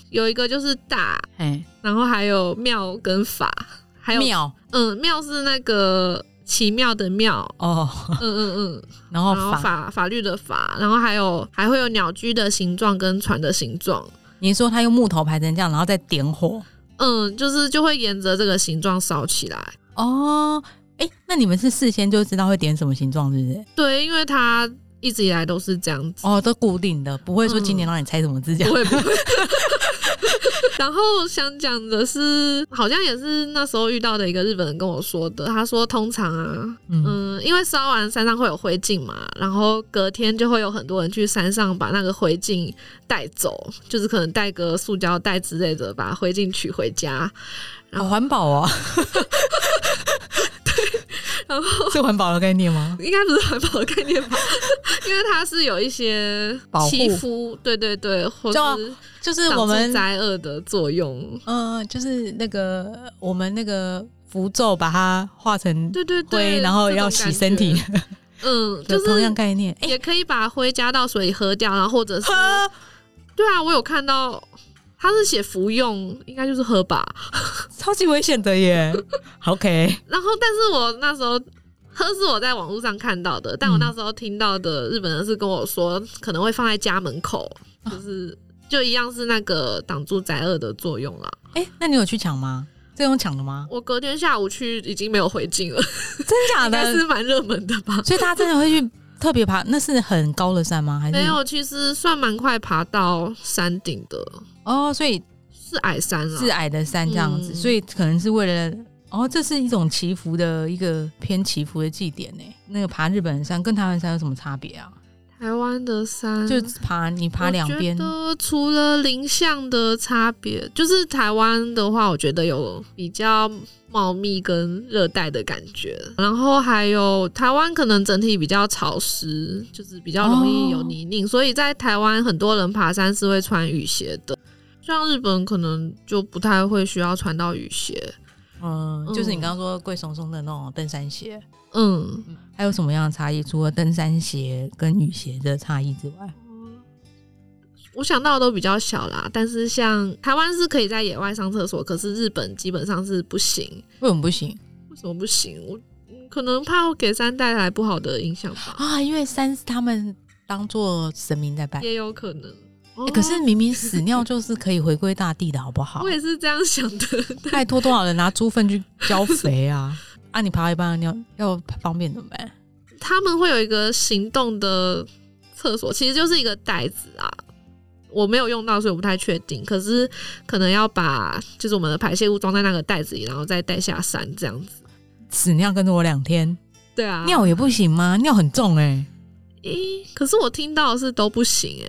Speaker 1: 有一个就是大，
Speaker 2: 哎，
Speaker 1: 然后还有庙跟法，还有
Speaker 2: 庙
Speaker 1: 嗯，庙是那个奇妙的妙，
Speaker 2: 哦，
Speaker 1: 嗯嗯嗯，
Speaker 2: 然后
Speaker 1: 然后
Speaker 2: 法，
Speaker 1: 法法律的法，然后还有还会有鸟居的形状跟船的形状，
Speaker 2: 你说他用木头排成这样，然后再点火，
Speaker 1: 嗯，就是就会沿着这个形状烧起来。
Speaker 2: 哦，哎，那你们是事先就知道会点什么形状，是不是？
Speaker 1: 对，因为它一直以来都是这样子。
Speaker 2: 哦，都固定的，不会说今年让你猜什么字这样
Speaker 1: 不。会不会。 然后想讲的是，好像也是那时候遇到的一个日本人跟我说的，他说通常啊，
Speaker 2: 嗯，
Speaker 1: 嗯，因为烧完山上会有灰烬嘛，然后隔天就会有很多人去山上把那个灰烬带走，就是可能带个塑胶袋之类的，把灰烬取回家。嗯
Speaker 2: 好环保哦。
Speaker 1: 然
Speaker 2: 后是环保的概念吗？
Speaker 1: 应该不是环保的概念吧？因为它是有一些
Speaker 2: 保护
Speaker 1: 欺负，对对对，或
Speaker 2: 就是就是
Speaker 1: 挡
Speaker 2: 我
Speaker 1: 住
Speaker 2: 们
Speaker 1: 灾厄的作用。
Speaker 2: 嗯，就是那个我们那个符咒把它化成
Speaker 1: 对对对，
Speaker 2: 灰，然后
Speaker 1: 这种
Speaker 2: 要洗身体
Speaker 1: 感，觉， 嗯，
Speaker 2: 就
Speaker 1: 就
Speaker 2: 同样
Speaker 1: 是
Speaker 2: 概念。哎，
Speaker 1: 也可以把灰加到水里喝掉，然后或者是
Speaker 2: 喝
Speaker 1: 对啊，我有看到他是写服用，应该就是喝吧。
Speaker 2: 超级危险 的耶。OK，
Speaker 1: 然后，但是我那时候喝是我在网络上看到的，但我
Speaker 2: 嗯
Speaker 1: 那时候听到的日本人是跟我说，可能会放在家门口，就是、就一样是那个挡住灾厄的作用啦。
Speaker 2: 哎，那你有去抢吗？这用抢的吗？
Speaker 1: 我隔天下午去已经没有回敬了，
Speaker 2: 真假
Speaker 1: 应该
Speaker 2: 的？
Speaker 1: 是蛮热门的吧？
Speaker 2: 所以大家真的会去特别爬？那是很高的山吗？还是
Speaker 1: 没？有，其实算蛮快爬到山顶的，
Speaker 2: 哦，所以
Speaker 1: 是矮山啦。
Speaker 2: 是啊矮的山这样子，
Speaker 1: 嗯
Speaker 2: 所以可能是为了。哦，这是一种祈福的一个偏祈福的祭典呢。那个爬日本山跟台湾山有什么差别啊？
Speaker 1: 台湾的山
Speaker 2: 就爬你爬两
Speaker 1: 我
Speaker 2: 边
Speaker 1: 觉，得除了林相的差别，就是台湾的话，我觉得有比较茂密跟热带的感觉，然后还有台湾可能整体比较潮湿，就是比较容
Speaker 2: 哦
Speaker 1: 易有泥泞，所以在台湾很多人爬山是会穿雨鞋的。像日本可能就不太会需要穿到雨鞋，
Speaker 2: 嗯，
Speaker 1: 嗯
Speaker 2: 就是你刚刚说贵松松的那种登山鞋，
Speaker 1: 嗯，
Speaker 2: 还有什么样的差异？除了登山鞋跟雨鞋的差异之外，
Speaker 1: 我想到的都比较小啦。但是像台湾是可以在野外上厕所，可是日本基本上是不行。
Speaker 2: 为什么不行
Speaker 1: 为什么不行？我嗯可能怕我给山带来不好的影响吧，
Speaker 2: 啊？因为山是他们当做神明在拜、
Speaker 1: 也有可能。哦
Speaker 2: 哎欸可是明明屎尿就是可以回归大地的好不好
Speaker 1: 我？也是这样想的，
Speaker 2: 拜托多少人拿猪粪去浇肥 啊？啊，你爬到一半尿要方便怎么办？
Speaker 1: 他们会有一个行动的厕所，其实就是一个袋子啊。我没有用到，所以我不太确定。可是可能要把就是我们的排泄物装在那个袋子里，然后再带下山这样子。
Speaker 2: 屎尿跟着我两天，
Speaker 1: 对啊，
Speaker 2: 尿也不行吗？尿很重哎、
Speaker 1: 咦、可是我听到的是都不行哎、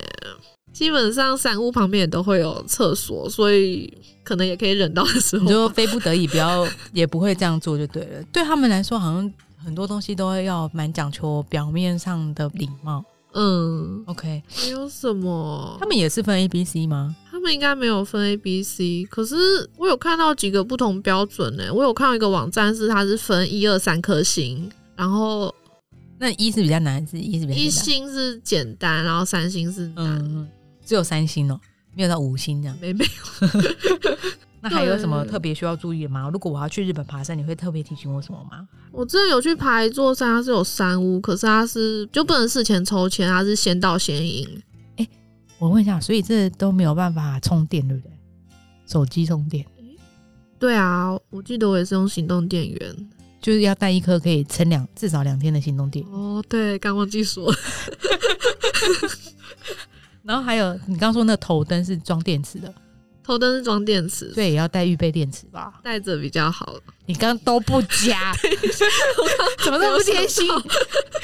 Speaker 1: 基本上山屋旁边也都会有厕所，所以可能也可以忍到的时候
Speaker 2: 你。就非不得已不要， 也不会这样做就对了。对他们来说，好像很多东西都要蛮讲求表面上的礼貌。
Speaker 1: 嗯，
Speaker 2: OK，
Speaker 1: 没有什么
Speaker 2: 他，们也是分 A、B、C 吗？
Speaker 1: 他们应该没有分 A、B、C，可是我有看到几个不同标准呢、我有看到一个网站是它是分一二三颗星，然后
Speaker 2: 那一是比较难，还是一是比较
Speaker 1: 一
Speaker 2: 简单？
Speaker 1: 星是简单，然后三星是难。
Speaker 2: 嗯，只有三星哦、没有到五星这样。
Speaker 1: 没没，
Speaker 2: 那还有什么
Speaker 1: 对
Speaker 2: 特别需要注意的吗？如果我要去日本爬山，你会特别提醒我什么吗？
Speaker 1: 我之前有去爬一座山，它是有山屋，可是它是就不能事前抽签，它是先到先赢。
Speaker 2: 我问一下，所以这都没有办法充电，对不对？手机充电
Speaker 1: 对啊，我记得我也是用行动电源。
Speaker 2: 就是要带一颗可以撑两至少两天的行动电源。
Speaker 1: 哦，对，刚忘记说，
Speaker 2: 然后还有你刚刚说那个头灯是装电池的，
Speaker 1: 头灯是装电池，
Speaker 2: 所以也要带预备电池吧？
Speaker 1: 带着比较好。
Speaker 2: 你刚刚都不 加，怎么那么不贴心？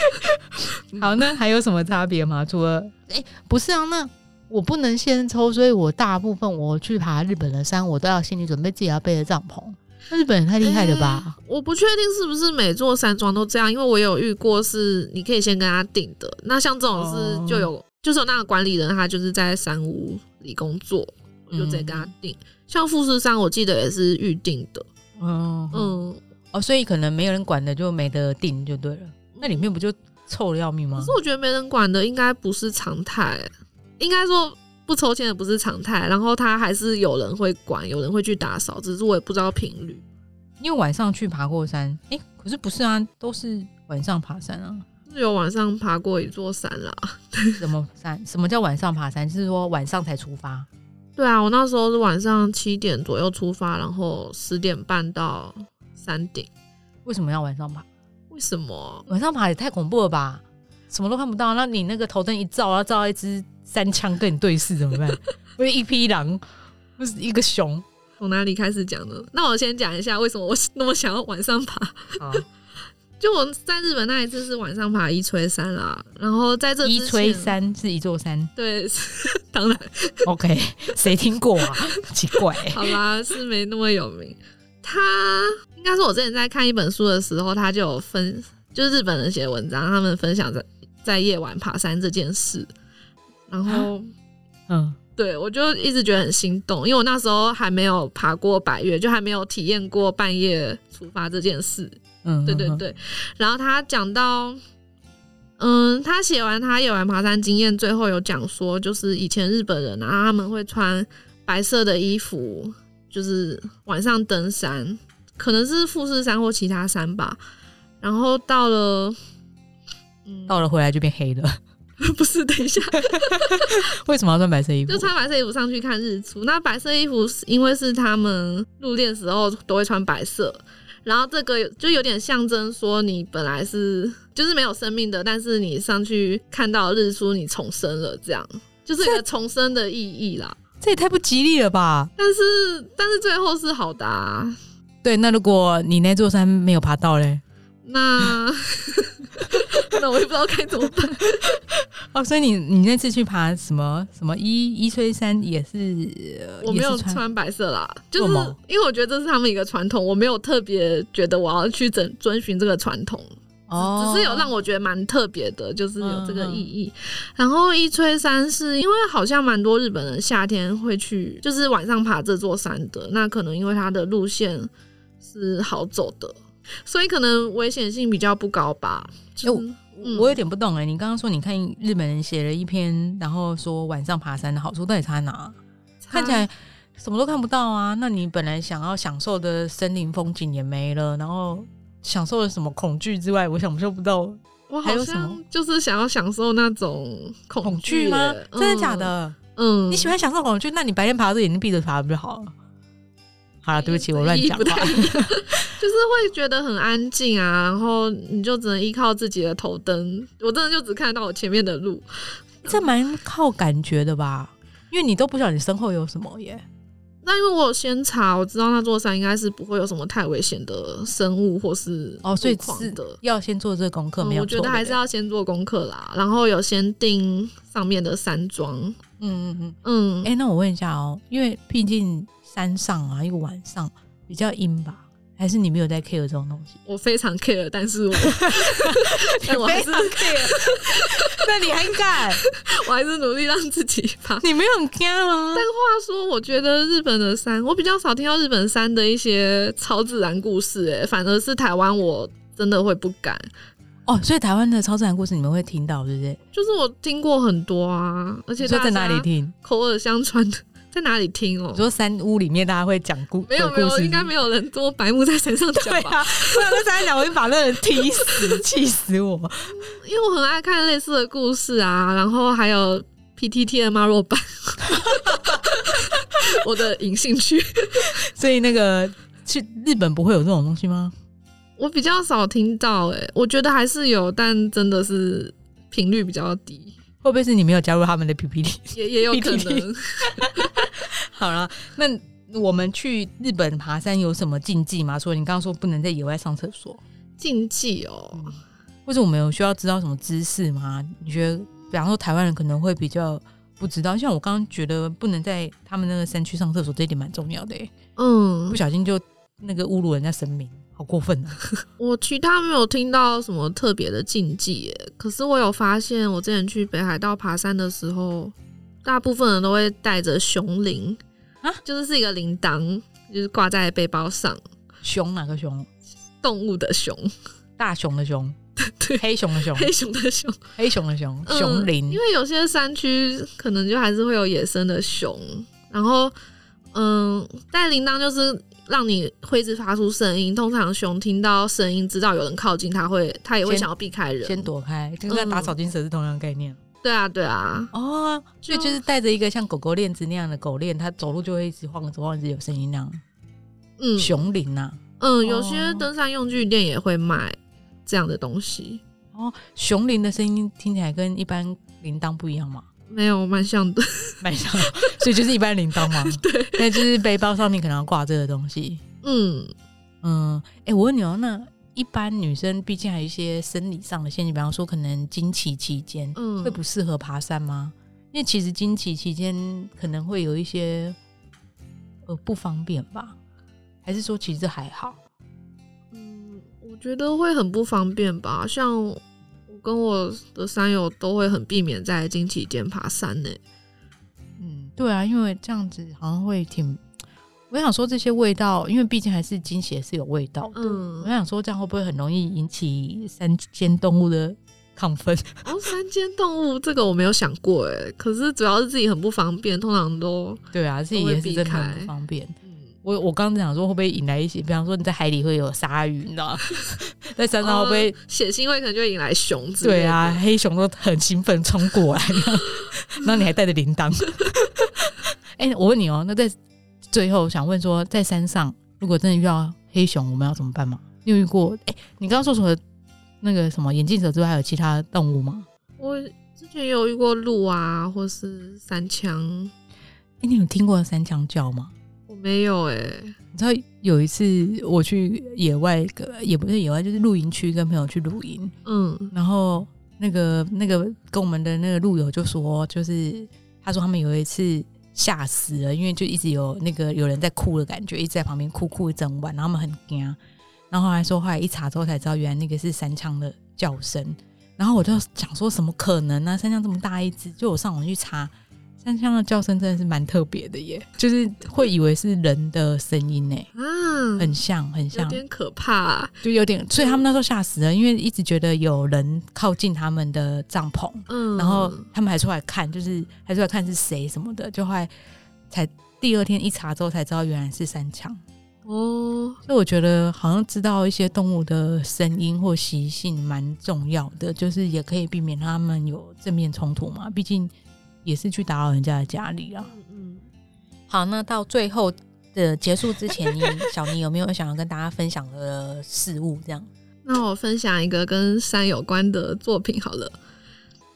Speaker 2: 好，那还有什么差别吗？除了哎、不是啊，那我不能先抽，所以我大部分我去爬日本的山，我都要心里准备自己要背的帐篷。那日本人太厉害了吧？
Speaker 1: 嗯我不确定是不是每座山庄都这样，因为我有遇过是你可以先跟他订的。那像这种
Speaker 2: 哦
Speaker 1: 是就有、就是有那个管理人，他就是在山屋里工作，我就直接跟他订。像富士山，我记得也是预定的。
Speaker 2: 嗯嗯
Speaker 1: 嗯，
Speaker 2: 哦，所以可能没有人管的就没得定就对了。那里面不就臭的要命
Speaker 1: 可
Speaker 2: 吗
Speaker 1: 是？我觉得没人管的应该不是常态，应该说不抽签的不是常态。然后他还是有人会管，有人会去打扫，只是我也不知道频率。
Speaker 2: 因为晚上去爬过山，哎、可是不是啊，都是晚上爬山啊。
Speaker 1: 就是有晚上爬过一座山啦。
Speaker 2: 什么山？什么叫晚上爬山？就是说晚上才出发。
Speaker 1: 对啊，我那时候是晚上七点左右出发，然后十点半到山顶。
Speaker 2: 为什么要晚上爬？
Speaker 1: 为什么？
Speaker 2: 晚上爬也太恐怖了吧！什么都看不到，那你那个头灯一照，要照到一只三枪跟你对视怎么办？不是一匹狼，不是一个熊。
Speaker 1: 从哪里开始讲呢？那我先讲一下为什么我是那么想要晚上爬。
Speaker 2: 好，
Speaker 1: 就我在日本那一次是晚上爬一吹山啦，然后在这之
Speaker 2: 一
Speaker 1: 前
Speaker 2: 吹，山是一座山
Speaker 1: 对， 是当然
Speaker 2: ，OK，谁听过啊？ 奇怪、
Speaker 1: 好啦，是没那么有名。他应该是我之前在看一本书的时候，他就有分，就是日本人写的文章，他们分享在在夜晚爬山这件事，然后。
Speaker 2: 嗯，
Speaker 1: 对，我就一直觉得很心动，因为我那时候还没有爬过百越，就还没有体验过半夜出发这件事。
Speaker 2: 嗯，
Speaker 1: 对对
Speaker 2: 嗯，
Speaker 1: 对。然后他讲到，嗯，他写完他夜晚爬山经验，最后有讲说，就是以前日本人啊，他们会穿白色的衣服，就是晚上登山，可能是富士山或其他山吧。然后到了，嗯，
Speaker 2: 到了回来就变黑了。
Speaker 1: 不是，等一下，
Speaker 2: 为什么要穿白色衣服
Speaker 1: 就？穿白色衣服上去看日出。那白色衣服是因为是他们入殓时候都会穿白色，然后这个就有点象征说你本来是就是没有生命的，但是你上去看到日出，你重生了，这样就是有一个重生的意义啦。
Speaker 2: 这也太不吉利了吧！
Speaker 1: 但是但是最后是好的、啊，
Speaker 2: 对，那如果你那座山没有爬到嘞，
Speaker 1: 那真的我也不知道该怎么办。
Speaker 2: 哦，所以你你那次去爬什么什么一一吹山也是，呃
Speaker 1: 我没有
Speaker 2: 也是穿
Speaker 1: 穿白色啦，就是
Speaker 2: 为什么
Speaker 1: 因为我觉得这是他们一个传统，我没有特别觉得我要去遵遵循这个传统，
Speaker 2: 哦，
Speaker 1: 只是有让我觉得蛮特别的，就是有这个
Speaker 2: 嗯嗯
Speaker 1: 意义。然后一吹山是因为好像蛮多日本人夏天会去，就是晚上爬这座山的，那可能因为它的路线是好走的，所以可能危险性比较不高吧。
Speaker 2: 哎我
Speaker 1: 就是嗯
Speaker 2: 我有点不懂哎、你刚刚说你看日本人写了一篇，然后说晚上爬山的好处到底差哪？看起来什么都看不到啊。那你本来想要享受的森林风景也没了，然后享受了什么恐惧之外，我想受不到
Speaker 1: 我
Speaker 2: 还
Speaker 1: 好
Speaker 2: 有什么
Speaker 1: 像就是想要享受那种恐
Speaker 2: 恐惧吗？
Speaker 1: 耶
Speaker 2: 真的假？的？
Speaker 1: 嗯，嗯
Speaker 2: 你喜欢享受恐惧，那你白天爬的时候眼睛闭着爬不就好了？好啊了，对不起，我乱
Speaker 1: 意义
Speaker 2: 讲
Speaker 1: 不
Speaker 2: 话
Speaker 1: 太。 就是会觉得很安静啊，然后你就只能依靠自己的头灯。我真的就只看到我前面的路，
Speaker 2: 这蛮靠感觉的吧？因为你都不晓得你身后有什么耶。
Speaker 1: 那因为我有先查，我知道那座山应该是不会有什么太危险的生物或是
Speaker 2: 哦，所以
Speaker 1: 路况
Speaker 2: 是
Speaker 1: 的。
Speaker 2: 要先做这个功课，没
Speaker 1: 嗯，
Speaker 2: 有
Speaker 1: 我觉
Speaker 2: 错
Speaker 1: 得
Speaker 2: 的。
Speaker 1: 还是要先做功课啦，然后有先定上面的山庄，
Speaker 2: 嗯嗯嗯。
Speaker 1: 嗯，
Speaker 2: 哎、那我问一下哦，因为毕竟山上啊，又晚上比较阴吧，还是你没有在 care 这种东西？
Speaker 1: 我非常 care，但是我 但我还是
Speaker 2: care，那你还敢？
Speaker 1: 我还是努力让自己爬
Speaker 2: 你没有很干吗？
Speaker 1: 话说，我觉得日本的山，我比较少听到日本山的一些超自然故事、欸，反而是台湾我真的会不敢。
Speaker 2: 哦，所以台湾的超自然故事你们会听到，是不是？
Speaker 1: 就是我听过很多啊，而且
Speaker 2: 你说
Speaker 1: 大
Speaker 2: 在
Speaker 1: 家
Speaker 2: 哪里听？
Speaker 1: 口耳相传的，在哪里听哦、
Speaker 2: 你说山屋里面大家会讲故，
Speaker 1: 没有没
Speaker 2: 鬼故
Speaker 1: 有，
Speaker 2: 事
Speaker 1: 应该没有人多白目在山上
Speaker 2: 对
Speaker 1: 讲吧？
Speaker 2: 啊，不然我在讲，我就把那人踢死，气死 我！
Speaker 1: 因为我很爱看类似的故事啊，然后还有 PTT 的 Maro 版， 我的隐性区，
Speaker 2: 所以那个去日本不会有这种东西吗？
Speaker 1: 我比较少听到、欸，我觉得还是有，但真的是频率比较低。
Speaker 2: 会不会是你没有加入他们的 PPT？
Speaker 1: 也也有可
Speaker 2: PTT
Speaker 1: 能。
Speaker 2: 好了，那我们去日本爬山有什么禁忌吗？除了你刚刚说不能在野外上厕所，
Speaker 1: 禁忌哦，
Speaker 2: 或者我们有需要知道什么知识吗？你觉得，比方说台湾人可能会比较不知道，像我刚刚觉得不能在他们那个山区上厕所，这一点蛮重要的、欸，
Speaker 1: 嗯
Speaker 2: 不，小心就那个侮辱人家神明，好过分啊！
Speaker 1: 我其他没有听到什么特别的禁忌耶，可是我有发现，我之前去北海道爬山的时候，大部分人都会带着熊铃
Speaker 2: 啊
Speaker 1: 就是是一个铃铛，就是挂在背包上，
Speaker 2: 熊哪个啊熊？
Speaker 1: 动物的熊，
Speaker 2: 大熊的熊，
Speaker 1: 对
Speaker 2: 黑熊的熊，
Speaker 1: 黑熊的熊，
Speaker 2: 黑熊的熊，
Speaker 1: 嗯
Speaker 2: 熊
Speaker 1: 因
Speaker 2: 林。
Speaker 1: 为有些山区可能就还是会有野生的熊，然后嗯，带铃铛就是让你会一直发出声音。通常熊听到声音，知道有人靠近，它会它也会
Speaker 2: 先
Speaker 1: 想要避开人。
Speaker 2: 先躲开，就跟
Speaker 1: 嗯
Speaker 2: 打草惊蛇是同样的概念、
Speaker 1: 对啊，对啊，
Speaker 2: 哦。所以就是带着一个像狗狗链子那样的狗链，它走路就会一直晃着晃着有声音那样。
Speaker 1: 嗯
Speaker 2: 熊铃呐、
Speaker 1: 嗯，有些
Speaker 2: 哦
Speaker 1: 登山用具店也会卖这样的东西。
Speaker 2: 哦，熊铃的声音听起来跟一般铃铛不一样嘛，
Speaker 1: 没有，蛮像的。
Speaker 2: 蛮像， 所以就是一般铃铛 嘛。对，那就是背包上面可能要挂这个东西。
Speaker 1: 嗯，
Speaker 2: 嗯，哎、我问你哦，那一般女生毕竟还有一些生理上的限制，比方说可能经期期间，
Speaker 1: 嗯
Speaker 2: 会不适合爬山吗？因为其实经期期间可能会有一些呃不方便吧，还是说其实还好？
Speaker 1: 嗯，我觉得会很不方便吧。像我跟我的山友都会很避免在经期间爬山呢、
Speaker 2: 嗯，对啊，因为这样子好像会挺。我想说这些味道，因为毕竟还是经血是有味道的。
Speaker 1: 嗯
Speaker 2: 我想说这样会不会很容易引起山间动物的亢奋？
Speaker 1: 哦，山间动物这个我没有想过哎，可是主要是自己很不方便，通常都
Speaker 2: 对啊，自己也是真的很不方便。我我刚刚想说会不会引来一些，比方说你在海里会有鲨鱼，你知 道吗？在山上会不会
Speaker 1: 呃血腥味可能就会引来熊之类的
Speaker 2: 对啊，，黑熊都很兴奋冲过 来，然后你还带着铃铛。 哎、我问你哦，那在最后想问说，在山上如果真的遇到黑熊，我们要怎么办吗？你有遇过？哎、你刚刚说除了那个什么眼镜蛇之外，还有其他动物吗？
Speaker 1: 我之前也有遇过鹿啊，或是山枪，
Speaker 2: 哎、你有听过三枪叫吗？
Speaker 1: 我没有哎、
Speaker 2: 你知道有一次我去野外，呃也不是野外，就是露营区，跟朋友去露营，
Speaker 1: 嗯
Speaker 2: 然后那个那个跟我们的那个路友就说，就是他说他们有一次吓死了，因为就一直有那个有人在哭的感觉，一直在旁边哭哭一整晚，然后他们很惊。然后后来说，后来一查之后才知道，原来那个是三枪的叫声。然后我就想说，什么可能呢、三枪这么大一只，就我上网去查，三枪的叫声真的是蛮特别的耶，就是会以为是人的声音呢，
Speaker 1: 啊，
Speaker 2: 很像，很
Speaker 1: 有
Speaker 2: 像。
Speaker 1: 点可怕、啊。
Speaker 2: 就有点，所以他们那时候吓死了，因为一直觉得有人靠近他们的帐篷，
Speaker 1: 嗯，
Speaker 2: 然后他们还出来看，就是还出来看是谁什么的，就后来才第二天一查之后才知道原来是三枪。
Speaker 1: 哦，
Speaker 2: 所以我觉得好像知道一些动物的声音或习性蛮重要的，就是也可以避免他们有正面冲突嘛，毕竟也是去打扰人家的家里啊。
Speaker 1: 嗯嗯，
Speaker 2: 好，那到最后的结束之前，你小尼有没有想要跟大家分享的事物？这样，
Speaker 1: 那我分享一个跟山有关的作品好了，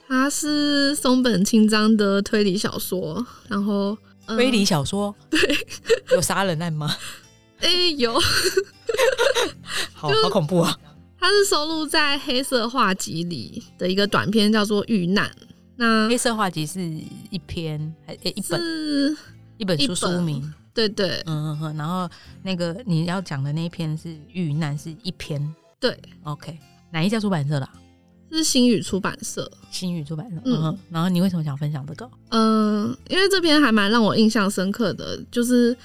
Speaker 1: 它是松本清张的推理小说，然后、呃
Speaker 2: 推理小说，对， 有杀人案 吗？
Speaker 1: 哎、有，
Speaker 2: 好好恐怖啊！
Speaker 1: 它是收录在黑色画集里的一个短篇，叫做《遇难》。那
Speaker 2: 黑色画集是一篇还诶一本
Speaker 1: 是，
Speaker 2: 一本
Speaker 1: 一
Speaker 2: 书
Speaker 1: 本
Speaker 2: 书名，
Speaker 1: 对对
Speaker 2: 嗯嗯嗯，然后那个你要讲的那一篇是遇难，是一篇
Speaker 1: 对，
Speaker 2: OK，哪一家出版社的啊、
Speaker 1: 是新宇出版社。
Speaker 2: 新宇出版社。
Speaker 1: 嗯
Speaker 2: 嗯哼，然后你为什么想分享这个？
Speaker 1: 嗯，因为这篇还蛮让我印象深刻的，就是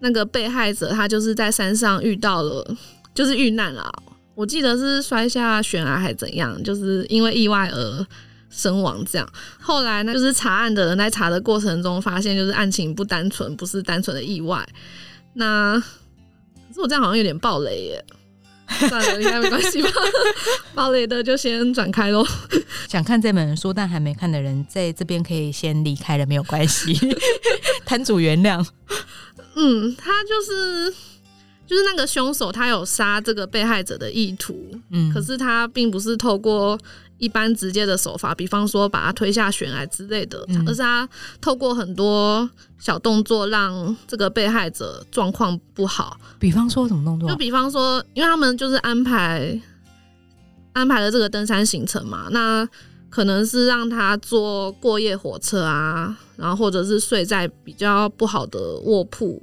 Speaker 1: 那个被害者他就是在山上遇到了，就是遇难了。我记得是摔下悬崖还怎样，就是因为意外而身亡这样。后来呢，就是查案的人在查的过程中发现，就是案情不单纯，不是单纯的意外。那可是我这样好像有点暴雷耶，算了，应该没关系吧。暴雷的就先转开喽。
Speaker 2: 想看这本书但还没看的人，在这边可以先离开了，没有关系。 摊主原谅。
Speaker 1: 嗯，他就是就是那个凶手，他有杀这个被害者的意图，
Speaker 2: 嗯，
Speaker 1: 可是他并不是透过一般直接的手法，比方说把他推下悬崖之类的，
Speaker 2: 嗯
Speaker 1: 而是他透过很多小动作让这个被害者状况不好。
Speaker 2: 比方说什么动作
Speaker 1: 就
Speaker 2: 啊？
Speaker 1: 比方说，因为他们就是安排安排了这个登山行程嘛，那可能是让他坐过夜火车啊，然后或者是睡在比较不好的卧铺，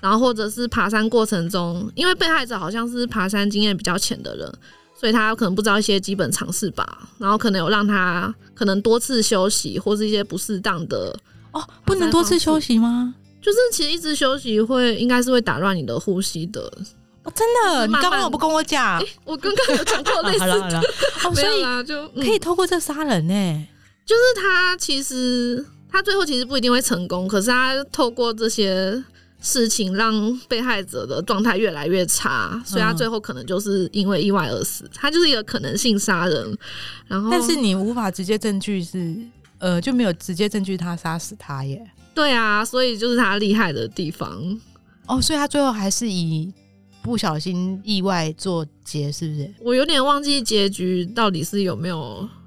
Speaker 1: 然后或者是爬山过程中，因为被害者好像是爬山经验比较浅的人。所以他可能不知道一些基本常识吧，然后可能有让他可能多次休息或是一些不适当的
Speaker 2: 哦，不能多次休息吗？
Speaker 1: 就是其实一直休息会应该是会打乱你的呼吸的。
Speaker 2: 哦，真的，
Speaker 1: 是
Speaker 2: 你
Speaker 1: 慢慢
Speaker 2: 刚刚我不跟我讲。
Speaker 1: 诶我刚刚有讲 过
Speaker 2: 啊
Speaker 1: 类似
Speaker 2: 好了好了， 哦，
Speaker 1: 没
Speaker 2: 所
Speaker 1: 有
Speaker 2: 以
Speaker 1: 啦，就、嗯
Speaker 2: 可以透过这杀人呢、
Speaker 1: 就是他其实他最后其实不一定会成功，可是他透过这些事情让被害者的状态越来越差，所以
Speaker 2: 嗯
Speaker 1: 他最后可能就是因为意外而死。他就是一个可能性杀人，然后
Speaker 2: 但是你无法直接证据是，呃，就没有直接证据他杀死他耶。
Speaker 1: 对啊，所以就是他厉害的地方。
Speaker 2: 哦，所以他最后还是以不小心意外做结，是不是？
Speaker 1: 我有点忘记结局到底是有没有，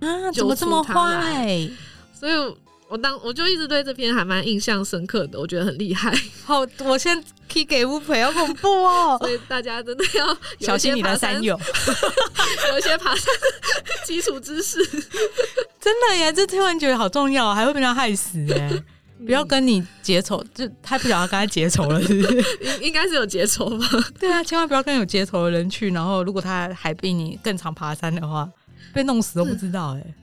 Speaker 2: 啊，
Speaker 1: 怎
Speaker 2: 怎
Speaker 1: 么
Speaker 2: 么
Speaker 1: 这
Speaker 2: 这
Speaker 1: 么
Speaker 2: 么
Speaker 1: 坏
Speaker 2: 坏？
Speaker 1: 所以我我当我就一直对这篇还蛮印象深刻的，我觉得很厉害，
Speaker 2: 好，我现在可以给乌培，好恐怖哦！
Speaker 1: 所以大家真的要有一些
Speaker 2: 小心你
Speaker 1: 爬
Speaker 2: 的
Speaker 1: 山
Speaker 2: 山，友，
Speaker 1: 有一些爬山 基础知识。
Speaker 2: 真的耶！这突然觉得好重要，啊还会被他害死 耶！不要跟你结仇，就他不想要跟他结仇了，是不是？
Speaker 1: 嗯应应该是有结仇吧？
Speaker 2: 对啊，千万不要跟有结仇的人去。然后，如果他还比你更常爬山的话，被弄死都不知道哎。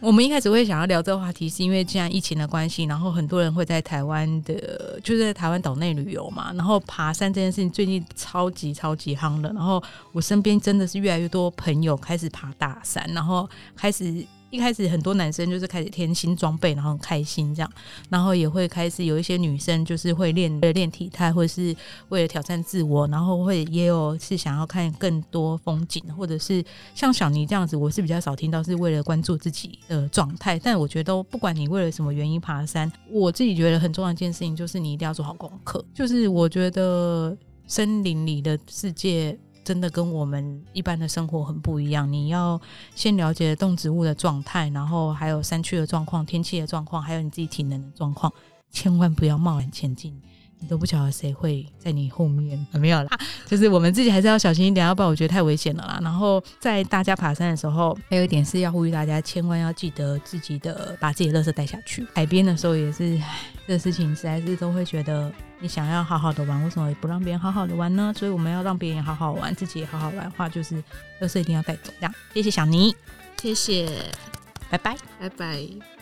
Speaker 2: 我们一开始会想要聊这个话题，是因为既然疫情的关系，然后很多人会在台湾的，就是在台湾岛内旅游嘛，然后爬山这件事情最近超级超级夯的。然后我身边真的是越来越多朋友开始爬大山，然后开始一开始很多男生就是开始添新装备，然后很开心这样，然后也会开始有一些女生就是会练呃练体态，或者是为了挑战自我，然后会也有是想要看更多风景，或者是像小尼这样子，我是比较少听到是为了关注自己的状态。但我觉得，不管你为了什么原因爬山，我自己觉得很重要的一件事情就是你一定要做好功课。就是我觉得森林里的世界。真的跟我们一般的生活很不一样。你要先了解动植物的状态，然后还有山区的状况、天气的状况，还有你自己体能的状况，千万不要贸然前进。你都不晓得谁会在你后面、啊， 没有啦，就是我们自己还是要小心一点，要不然我觉得太危险了啦。然后在大家爬山的时候，还有一点是要呼吁大家，千万要记得自己的把自己的垃圾带下去。海边的时候也是，唉这个事情实在是都会觉得你想要好好的玩，为什么不让别人好好的玩呢？所以我们要让别人也好好玩，自己也好好玩的话，就是垃圾一定要带走。这样，谢谢小尼，
Speaker 1: 谢谢，
Speaker 2: 拜拜。
Speaker 1: 拜拜。